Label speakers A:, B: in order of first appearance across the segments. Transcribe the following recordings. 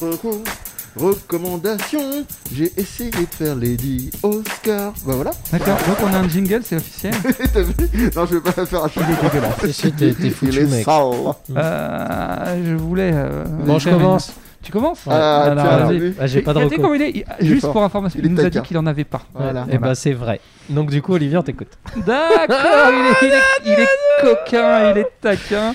A: beaucoup. Recommandations, j'ai essayé de faire Lady Oscar. Bah voilà.
B: D'accord, donc on a un jingle, c'est officiel.
A: T'as vu Non, je vais pas la faire à chaque fois.
C: Si, si, t'es t'es
A: Il
C: foutu,
A: est
C: mec.
A: sale.
B: Euh, je voulais. euh,
C: Bon, je
B: faire une-
C: commence.
B: Tu commences
A: Ah,
C: Alors,
A: tiens,
C: vas-y.
A: oui.
C: Ah, j'ai pas de
B: Regardez
C: recours.
B: comment il est. il-
A: Il est
B: Juste
A: fort.
B: pour information,
A: Il
B: il,
A: est
B: nous a dit
A: taquin.
B: qu'il en avait pas.
A: Voilà.
C: Et bah, c'est vrai. Donc, du coup, Olivier, on t'écoute.
B: D'accord, il est, il est- il est coquin, il est taquin.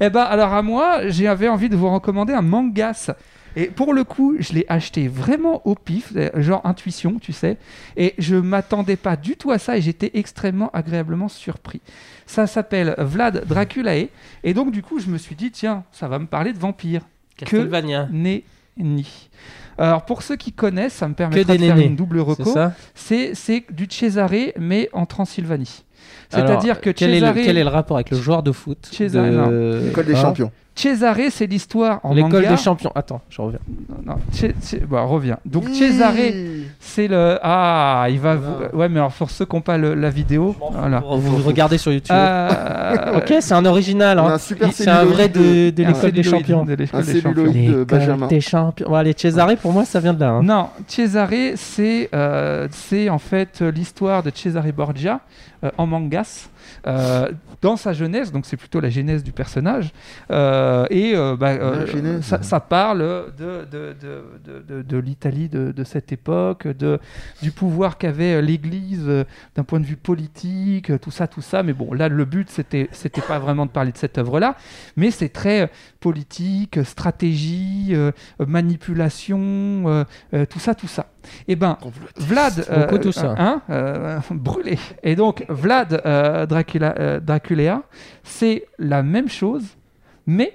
B: Eh ben, alors à moi, j'avais envie de vous recommander un mangas. Et pour le coup, je l'ai acheté vraiment au pif, euh, genre intuition, tu sais. Et je m'attendais pas du tout à ça et j'étais extrêmement agréablement surpris. Ça s'appelle Vlad Draculae. Et donc, du coup, je me suis dit, tiens, ça va me parler de vampires.
C: Castlevania.
B: Né ni. Alors, pour ceux qui connaissent, ça me permettra
C: des
B: de faire
C: nénés,
B: une double
C: C'est
B: reco.
C: ça
B: C'est c'est du Cesare, mais en Transylvanie.
C: Alors,
B: C'est-à-dire que
C: quel est,
B: Cesare,
C: le, quel est le rapport avec le joueur de foot
B: Cesare,
C: de...
A: L'école Euh, des
C: Ah,
A: champions.
B: Cesare, c'est l'histoire en
C: L'école
B: manga.
C: des champions. Attends, je reviens.
B: Non, Che- Che- bah, reviens. Donc Cesare, c'est le ah, il va
C: Voilà.
B: vous- ouais, mais alors pour ceux qui n'ont pas le- la vidéo, voilà.
C: Vous, vous regardez sur YouTube.
B: Euh,
C: Ah, ok, c'est un original.
A: On
C: hein.
A: a un super
C: C'est un
A: celluloïde
C: vrai de, de
B: un
C: l'école des
B: celluloïde
C: champions.
B: de l'école
A: Un
B: des champions.
A: celluloïde. de
C: L'école
A: Benjamin.
C: des champions. Bon, allez, Cesare, pour moi, ça vient de là. hein.
B: Non, Cesare, c'est euh, c'est en fait euh, l'histoire de Cesare Borgia euh, en mangas euh, dans sa jeunesse, donc c'est plutôt la genèse du personnage. euh, et euh, bah,
A: La
B: euh,
A: genèse.
B: ça, ça parle de, de, de, de, de, de l'Italie de, de cette époque, de, du pouvoir qu'avait euh, l'Église euh, d'un point de vue politique, euh, tout ça, tout ça. Mais bon, là, le but, c'était c'était pas vraiment de parler de cette œuvre-là, mais c'est très euh, politique, euh, stratégie, euh, euh, manipulation, euh, euh, tout ça, tout ça. Eh ben, Vlad, euh,
C: Beaucoup tout ça.
B: hein, euh, brûlé. Et donc Vlad euh, Dracula, euh, Draculea, c'est la même chose, mais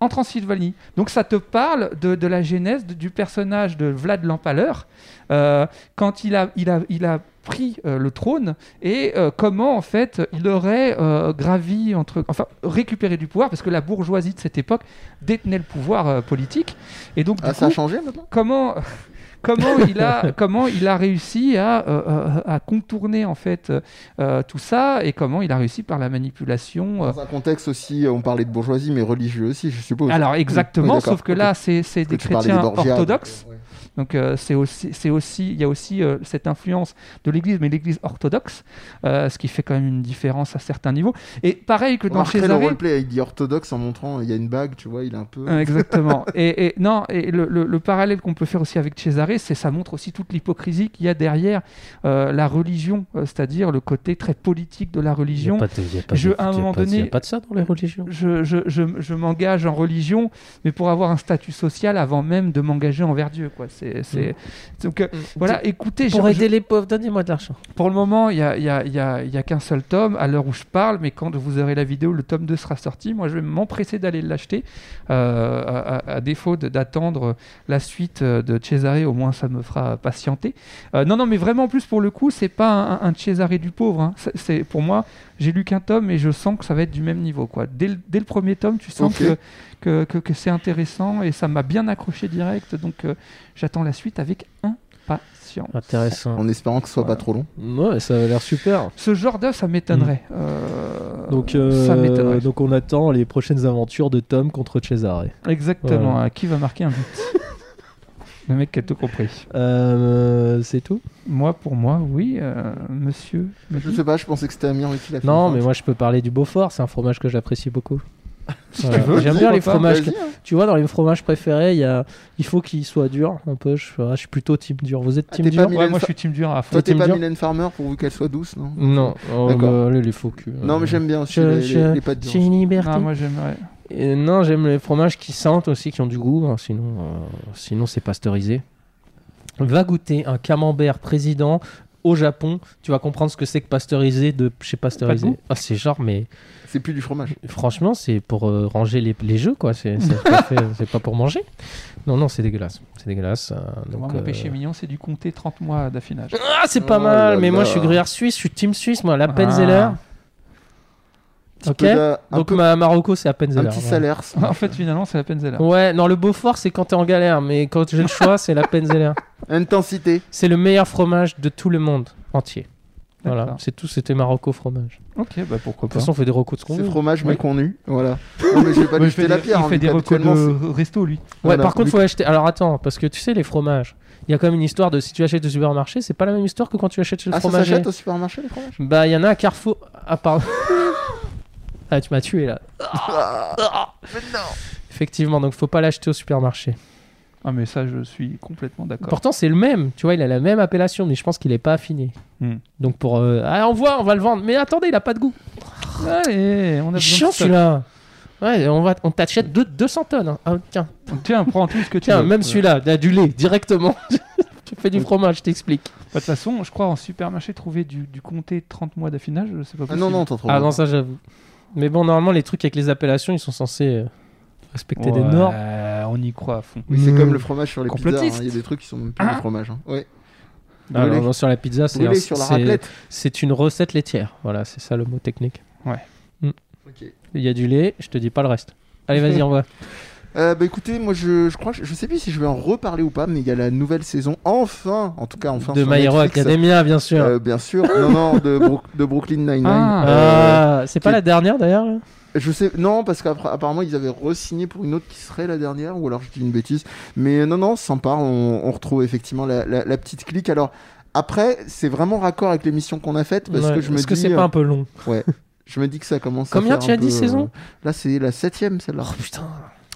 B: en Transylvanie. Donc ça te parle de, de la genèse de- du personnage de Vlad l'Empaleur euh, quand il a, il a, il a pris euh, le trône et euh, comment en fait il aurait euh, gravi entre enfin récupéré du pouvoir parce que la bourgeoisie de cette époque détenait le pouvoir euh, politique et donc du
A: Ah, ça a
B: coup,
A: changé maintenant
B: comment comment il a comment il a réussi à, euh, euh, à contourner en fait euh, euh, tout ça et comment il a réussi par la manipulation euh.
A: Dans un contexte aussi, euh, on parlait de bourgeoisie, mais religieux aussi, je suppose.
B: alors exactement
A: Oui, d'accord.
B: sauf que là c'est c'est
A: Parce
B: Ah, des
A: que tu parlais
B: chrétiens
A: Borgia, donc,
B: orthodoxes
A: euh, ouais.
B: donc euh, c'est aussi c'est aussi il y a aussi euh, cette influence de l'église mais l'église orthodoxe euh, ce qui fait quand même une différence à certains niveaux et pareil que dans
A: Remarquerez
B: chez
A: le roleplay, il dit orthodoxe en montrant, euh, il y a une bague, tu vois, il est un peu.
B: Ouais, Euh, Exactement. et, et- non, et le, le- le parallèle qu'on peut faire aussi avec Cesare, c'est ça montre aussi toute l'hypocrisie qu'il y a derrière euh, la religion, euh, c'est-à-dire le côté très politique de la
C: Il y a
B: religion.
C: pas de- il y a pas
B: Je-
C: de-
B: à un
C: il y a
B: moment
C: pas- Il n'y
B: donné-
C: a pas de ça dans les religions.
B: Je, je, je, je m'engage en religion, mais pour avoir un statut social avant même de m'engager envers Dieu. Quoi. C'est, c'est... Donc euh, voilà, écoutez,
C: Mm. Pour
B: je-
C: aider les pauvres, donnez-moi de l'argent.
B: je- pour le moment, il n'y a, il y a, il y a, il y a qu'un seul tome à l'heure où je parle, mais quand vous aurez la vidéo, le tome 2 sera sorti. Moi, je vais m'empresser d'aller l'acheter, euh, à, à- à défaut de- d'attendre la suite euh, de Cesare, au moins ça me fera patienter. Euh, non, non, mais vraiment, en plus, pour le coup, c'est pas un, un Cesare du pauvre. hein. C'est- C'est Pour moi, j'ai lu qu'un tome et je sens que ça va être du même niveau. Quoi. Dès, le, dès le premier tome, tu sens
A: Ok.
B: que, que, que, que c'est intéressant et ça m'a bien accroché direct, donc euh, j'attends la suite avec impatience.
C: Intéressant.
A: En espérant que ce soit
B: Voilà.
A: pas trop long.
C: Ouais, ça a l'air super.
B: Ce genre d'œuvre, ça m'étonnerait. Euh,
C: Hmm. Donc,
B: ça
C: euh,
B: m'étonnerait.
C: donc on attend les prochaines aventures de Tom contre Cesare.
B: Exactement.
C: Voilà.
B: hein, qui va marquer un but Le mec qui a tout compris.
C: Euh, c'est tout
B: Moi, pour moi, oui, euh, monsieur. me
A: Je
B: dit.
A: sais pas, je pensais que c'était Amir qui l'a fait.
C: Non, mais moi je peux parler du Beaufort, c'est un fromage que j'apprécie beaucoup.
B: Si
C: Voilà.
B: tu veux,
C: J'aime
B: dis,
C: bien les
B: papa.
C: fromages.
A: Vas-y, hein.
C: que- Tu vois, dans les fromages préférés, il, y a... il faut qu'ils soient durs un peu. Je, je suis plutôt team dur. Vous êtes
A: Ah,
C: team
A: t'es pas
C: dur
A: mis-
B: Ouais, moi, je suis Team Dur à fond.
A: Toi, t'es
C: Tim
A: pas
C: Dur
A: Mylène Farmer pour qu'elle soit douce, non
C: Non, oh,
A: D'accord.
C: bah, allez, les faux culs.
A: Non, mais j'aime bien aussi les, les- les pâtes
C: C'est
A: dures.
C: une liberté.
B: Non, moi, j'aimerais.
C: Et non, j'aime les fromages qui sentent aussi, qui ont du goût, hein, sinon, euh, sinon c'est pasteurisé. Va goûter un camembert président au Japon, tu vas comprendre ce que c'est que pasteurisé de chez
B: Pas de
C: pasteurisé.
B: goût
C: Ah, c'est genre, mais
A: C'est plus du fromage.
C: franchement, c'est pour euh, ranger les, les jeux, quoi. C'est c'est pas, fait- c'est pas pour manger. Non, non, c'est dégueulasse. C'est dégueulasse. euh,
B: Moi,
C: donc,
B: mon
C: euh,
B: péché mignon, c'est du compter 30 mois d'affinage.
C: Ah, c'est pas
A: Oh
C: mal,
A: là
C: mais moi
A: là.
C: je suis gruyère suisse, je suis team suisse, moi, la
B: Ah.
C: Penzeller.
A: Petit
C: Ok.
A: peu d'a- un,
C: Donc
A: peu-
C: ma Marocco, c'est la
A: un
C: Penzeller.
A: petit
C: voilà.
A: salaire.
B: Ah. En fait, finalement, c'est la Penzeller.
C: Ouais, non, le Beaufort, c'est quand t'es en galère, mais quand j'ai le choix, c'est la Penzeller.
A: Intensité.
C: C'est le meilleur fromage de tout le monde entier. Voilà,
B: D'accord.
C: c'est tout. C'était Marocco fromage.
B: Ok, bah pourquoi
C: De
B: pas.
C: toute façon, on fait des recos de ce qu'on
A: C'est
C: veut.
A: fromage
B: Oui.
A: mais qu'on eut. Voilà. Non, mais je vais pas
B: Ouais,
A: lui
B: il fait
A: jeter la
B: des-
A: pierre.
B: Il
A: hein,
B: fait
A: vu
B: des recos
A: qu'habituellement, c'est-
B: de resto, lui.
C: Ouais,
A: Voilà,
C: par contre,
A: vu
C: faut acheter. Alors attends, parce que tu sais, les fromages, il y a quand même une histoire de si tu achètes au supermarché, c'est pas la même histoire que quand tu achètes chez le
A: Ah, ça
C: fromager.
A: s'achète au supermarché les fromages
C: Bah, il y en a à Carrefour. Ah, pardon. ah, tu m'as tué là.
A: Ah,
C: Effectivement, donc faut pas l'acheter au supermarché.
B: Ah, mais ça, je suis complètement d'accord.
C: Pourtant, c'est le même, tu vois, il a la même appellation, mais je pense qu'il est pas affiné.
B: Hmm.
C: Donc pour. euh, Ah, on voit, on va le vendre. Mais attendez, il a pas de goût.
B: Allez, on a
C: Il est
B: besoin
C: chiant
B: de ça.
C: celui-là. Ouais, on, va... on t'achète deux- 200 tonnes. hein. Ah, tiens,
B: Tiens, prends tout ce que tu
C: tiens
B: veux.
C: même
B: Ouais.
C: celui-là, il a du lait directement. tu fais du fromage, je t'explique.
B: Bah, De toute façon, je crois en supermarché trouver du, du comté 30 mois d'affinage, c'est pas
A: Ah
B: possible.
A: non, non, t'en trouves.
C: Ah
A: pas.
C: non, ça j'avoue. Mais bon, normalement, les trucs avec les appellations, ils sont censés euh, respecter des
B: Ouais,
C: normes.
B: On y croit à fond.
A: Oui, c'est
C: Mmh.
A: comme le fromage sur les pizzas. hein.
B: Complotiste.
A: Il y a des trucs qui sont même plus du fromage. hein. Ouais.
C: Ah,
A: Brûlé.
C: non, non, sur la pizza, c'est
A: Brûlé sur la
C: c'est-
A: raclette.
C: c'est une recette laitière. Voilà, c'est ça le mot technique. Mm.
A: Ok.
C: Il y a du lait, je te dis pas le reste. Allez, vas-y, on va.
A: Euh, bah écoutez, moi je, je crois, que- je sais plus si je vais en reparler ou pas, mais il y a la nouvelle saison, enfin, en tout cas enfin.
C: De
A: sur
C: My Hero
A: Netflix.
C: Academia, bien sûr.
A: Euh, bien sûr, non, non, de, Brook- de Brooklyn Nine-Nine.
B: Ah.
A: Euh,
C: Ah, c'est pas
A: qui-
C: la dernière d'ailleurs là
A: Je sais, non, parce qu'apparemment ils avaient re-signé pour une autre qui serait la dernière, ou alors je dis une bêtise. Mais euh, non, non, sympa, on, on retrouve effectivement la, la- la petite clique. Alors après, c'est vraiment raccord avec l'émission qu'on a faite, parce
C: Ouais.
A: que je me
C: Est-ce que
A: dis,
C: c'est pas un peu long
A: euh, ouais, je me dis que ça commence. à
C: Combien
A: faire
C: tu
A: un
C: as dit
A: peu, euh,
C: saisons
A: Là, c'est la septième celle-là.
C: Oh putain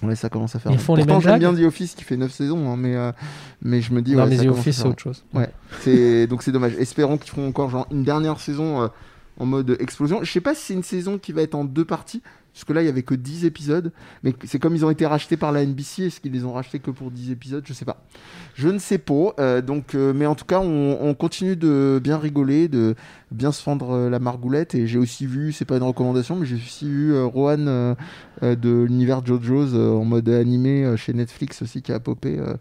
A: Ouais, ça commence à faire.
C: Ils
A: long.
C: font les
A: Pourtant,
C: mêmes
A: j'aime
C: blagues
A: bien The Office qui fait 9 saisons, hein, mais euh, mais je me dis
C: Non,
A: ouais,
C: mais
A: ça
C: The
A: commence à faire
C: Office, c'est
A: long.
C: autre chose.
A: C'est donc c'est dommage. Espérons qu'ils feront encore genre une dernière saison euh, en mode explosion. Je sais pas si c'est une saison qui va être en deux parties parce que là il y avait que 10 épisodes, mais c'est comme ils ont été rachetés par la NBC, est-ce qu'ils les ont rachetés que pour 10 épisodes, je sais pas. Je ne sais pas. euh, donc euh, mais en tout cas, on, on continue de bien rigoler, de bien se fendre euh, la margoulette et j'ai aussi vu, c'est pas une recommandation, mais j'ai aussi vu euh, Rohan euh, euh, de l'univers JoJo's euh, en mode animé euh, chez Netflix aussi qui a popé euh,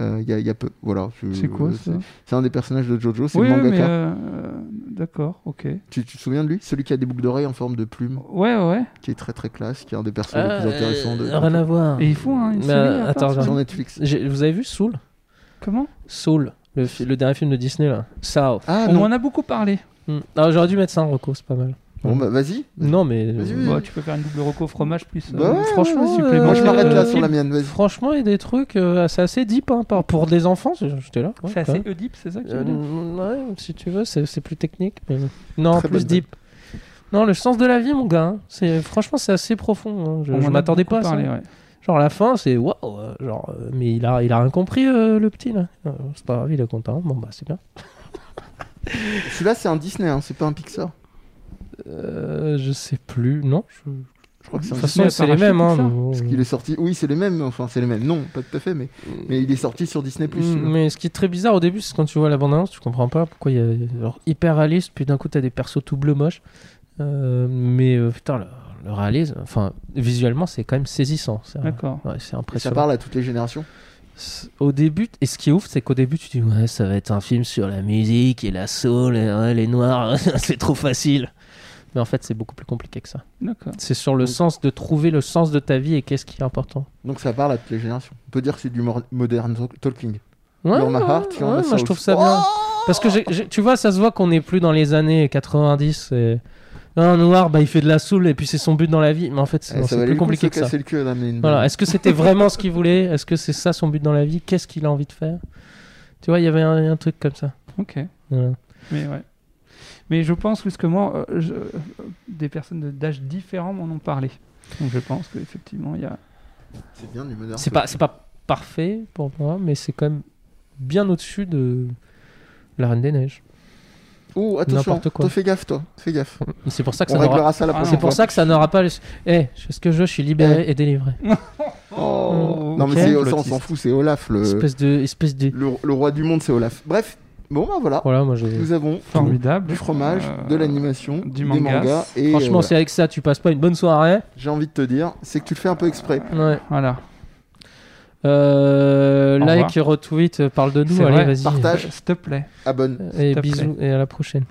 A: euh, il y, a- il y a peu. Voilà, je-
B: C'est quoi
A: euh,
B: ça
A: c'est un des personnages de Jojo, c'est
B: Oui,
A: le
B: oui, mais
A: mangaka.
B: euh, euh, d'accord, ok. Ouais,
A: Tu, tu te souviens de lui Celui qui a des boucles d'oreilles en forme de plume,
B: ouais, ouais.
A: qui est très très classe, qui est un des personnages les plus intéressants de
C: Ah, euh, Rien à voir.
B: Et ils font hein, une
C: Mais, euh,
B: série. à
C: attends,
B: part ça
A: sur Netflix.
C: J'ai- Vous avez vu Soul
B: Comment
C: Soul, le, fi- le dernier film de Disney là. Sao.
A: Ah
B: On
A: non.
B: en a beaucoup parlé.
C: Hmm. Ah, J'aurais dû mettre ça en recours, c'est pas mal.
A: Bon bah vas-y.
C: Non, mais.
A: Vas-y,
C: euh,
A: vas-y.
B: Bah, tu peux faire une double roco fromage plus. euh,
A: Bah ouais,
C: franchement,
A: ouais, ouais.
C: supplément.
A: Moi je m'arrête là
C: Euh,
A: sur la mienne, vas-y.
C: Franchement, il y a des trucs euh, assez, assez deep hein, par- pour des enfants. c'est- J'étais là. ouais,
B: C'est
C: quand
B: assez
C: même.
B: Oedipe, c'est ça que tu
C: Euh,
B: veux dire
C: ouais, si tu veux, c'est c'est plus technique. mais- Non,
A: Très
C: plus
A: bonne blague.
C: deep. Non, le sens de la vie, mon gars. hein. C'est Franchement, c'est assez profond. hein. Je,
B: On
C: je
B: en a
C: m'attendais
B: beaucoup
C: pas à ça.
B: parlé, hein. ouais.
C: Genre, la fin, c'est waouh. euh, Genre, euh, mais il a, il a rien compris, euh, le petit là. Euh, c'est pas grave, il est content. Bon, bah, c'est bien.
A: Celui-là c'est un Disney, hein, c'est pas un Pixar.
C: Euh, je sais plus. Non, je-
A: Je crois que
C: de
A: c'est un
C: toute
A: Disney.
C: façon,
B: Disney a
C: c'est
B: pas
C: les mêmes.
B: racheté
C: hein,
B: Pixar
C: mais bon.
A: Parce qu'il est sorti, oui c'est les mêmes, enfin c'est les mêmes, non pas tout à fait, mais, mais il est hein. sorti sur Disney+.
C: Mm,
A: celui-là.
C: Mais ce qui est très bizarre au début, c'est quand tu vois la bande-annonce, tu comprends pas pourquoi il y a genre, hyper réaliste, puis d'un coup t'as des persos tout bleu moche. Euh, mais euh, putain, le, le réalisme, enfin visuellement, c'est quand même saisissant. C'est
B: D'accord.
C: ouais, c'est
A: Et ça
C: impressionnant.
A: parle à toutes les générations.
C: C'est- Au début, et ce qui est ouf, c'est qu'au début tu dis ouais, ça va être un film sur la musique et la soul, et, ouais, les noirs, c'est trop facile. Mais en fait, c'est beaucoup plus compliqué que ça.
B: D'accord.
C: C'est sur
A: Mm.
C: le sens de trouver le sens de ta vie et qu'est-ce qui est important.
A: Donc ça parle à toutes les générations. On peut dire que c'est du mor- modern talk- talking.
C: Ouais,
A: You're my
C: ouais,
A: heart, you're
C: ouais,
A: my
C: moi
A: soul.
C: je trouve ça bien.
A: Oh
C: Parce que j'ai- j'ai- tu vois, ça se voit qu'on n'est plus dans les années 90. Et... Un noir, bah, il fait de la soul et puis c'est son but dans la vie. Mais en fait, c'est
A: Eh,
C: non,
A: ça
C: c'est
A: valait
C: plus
A: le coup de se
C: compliqué que ça.
A: casser le cul à l'amener une
C: Voilà.
A: balle.
C: Est-ce que c'était vraiment ce qu'il voulait Est-ce que c'est ça son but dans la vie Qu'est-ce qu'il a envie de faire Tu vois, il y avait un, un truc comme ça.
B: Ok.
C: Voilà.
B: Mais ouais. Mais je pense, parce que moi, euh, je- euh, des personnes de- d'âge différents m'en ont parlé. Donc je pense qu'effectivement, il y a.
A: C'est bien du modern
C: eh, C'est pas, c'est pas parfait pour moi, mais c'est quand même bien au-dessus de La Reine des Neiges.
A: Oh, attention,
C: N'importe quoi.
A: toi fais gaffe, toi, fais gaffe.
C: Mais C'est pour ça que
A: On
C: ça n'aura
A: réglera ça la
B: Ah,
A: prochaine
C: c'est pour
A: fois.
C: ça que ça n'aura pas. le- Eh, je fais ce que je veux, je suis libéré
A: Eh.
C: et délivré.
A: Euh.
B: Oh,
A: Non, mais
C: Ok.
A: c'est, ça, on s'en fout, c'est Olaf. Le,
C: Espèce de, espèce de.
A: le, le roi du monde, c'est Olaf. Bref, bon, bah voilà.
C: Voilà, moi je.
A: Nous avons
B: Formidable.
A: du fromage,
B: Euh,
A: de l'animation,
B: du
A: des
B: manga.
A: mangas. Et
C: Franchement,
A: euh,
C: c'est avec ça, tu passes pas une bonne soirée.
A: j'ai envie de te dire, c'est que tu le fais un peu exprès.
C: Ouais.
B: Voilà.
C: Euh,
B: Au
C: like, retweet, euh, parle de
B: C'est
C: nous, allez,
B: vrai.
C: vas-y.
A: Partage.
B: S'il te plaît.
A: Abonne.
B: S'il
C: Et
B: te
C: bisous, et à la prochaine.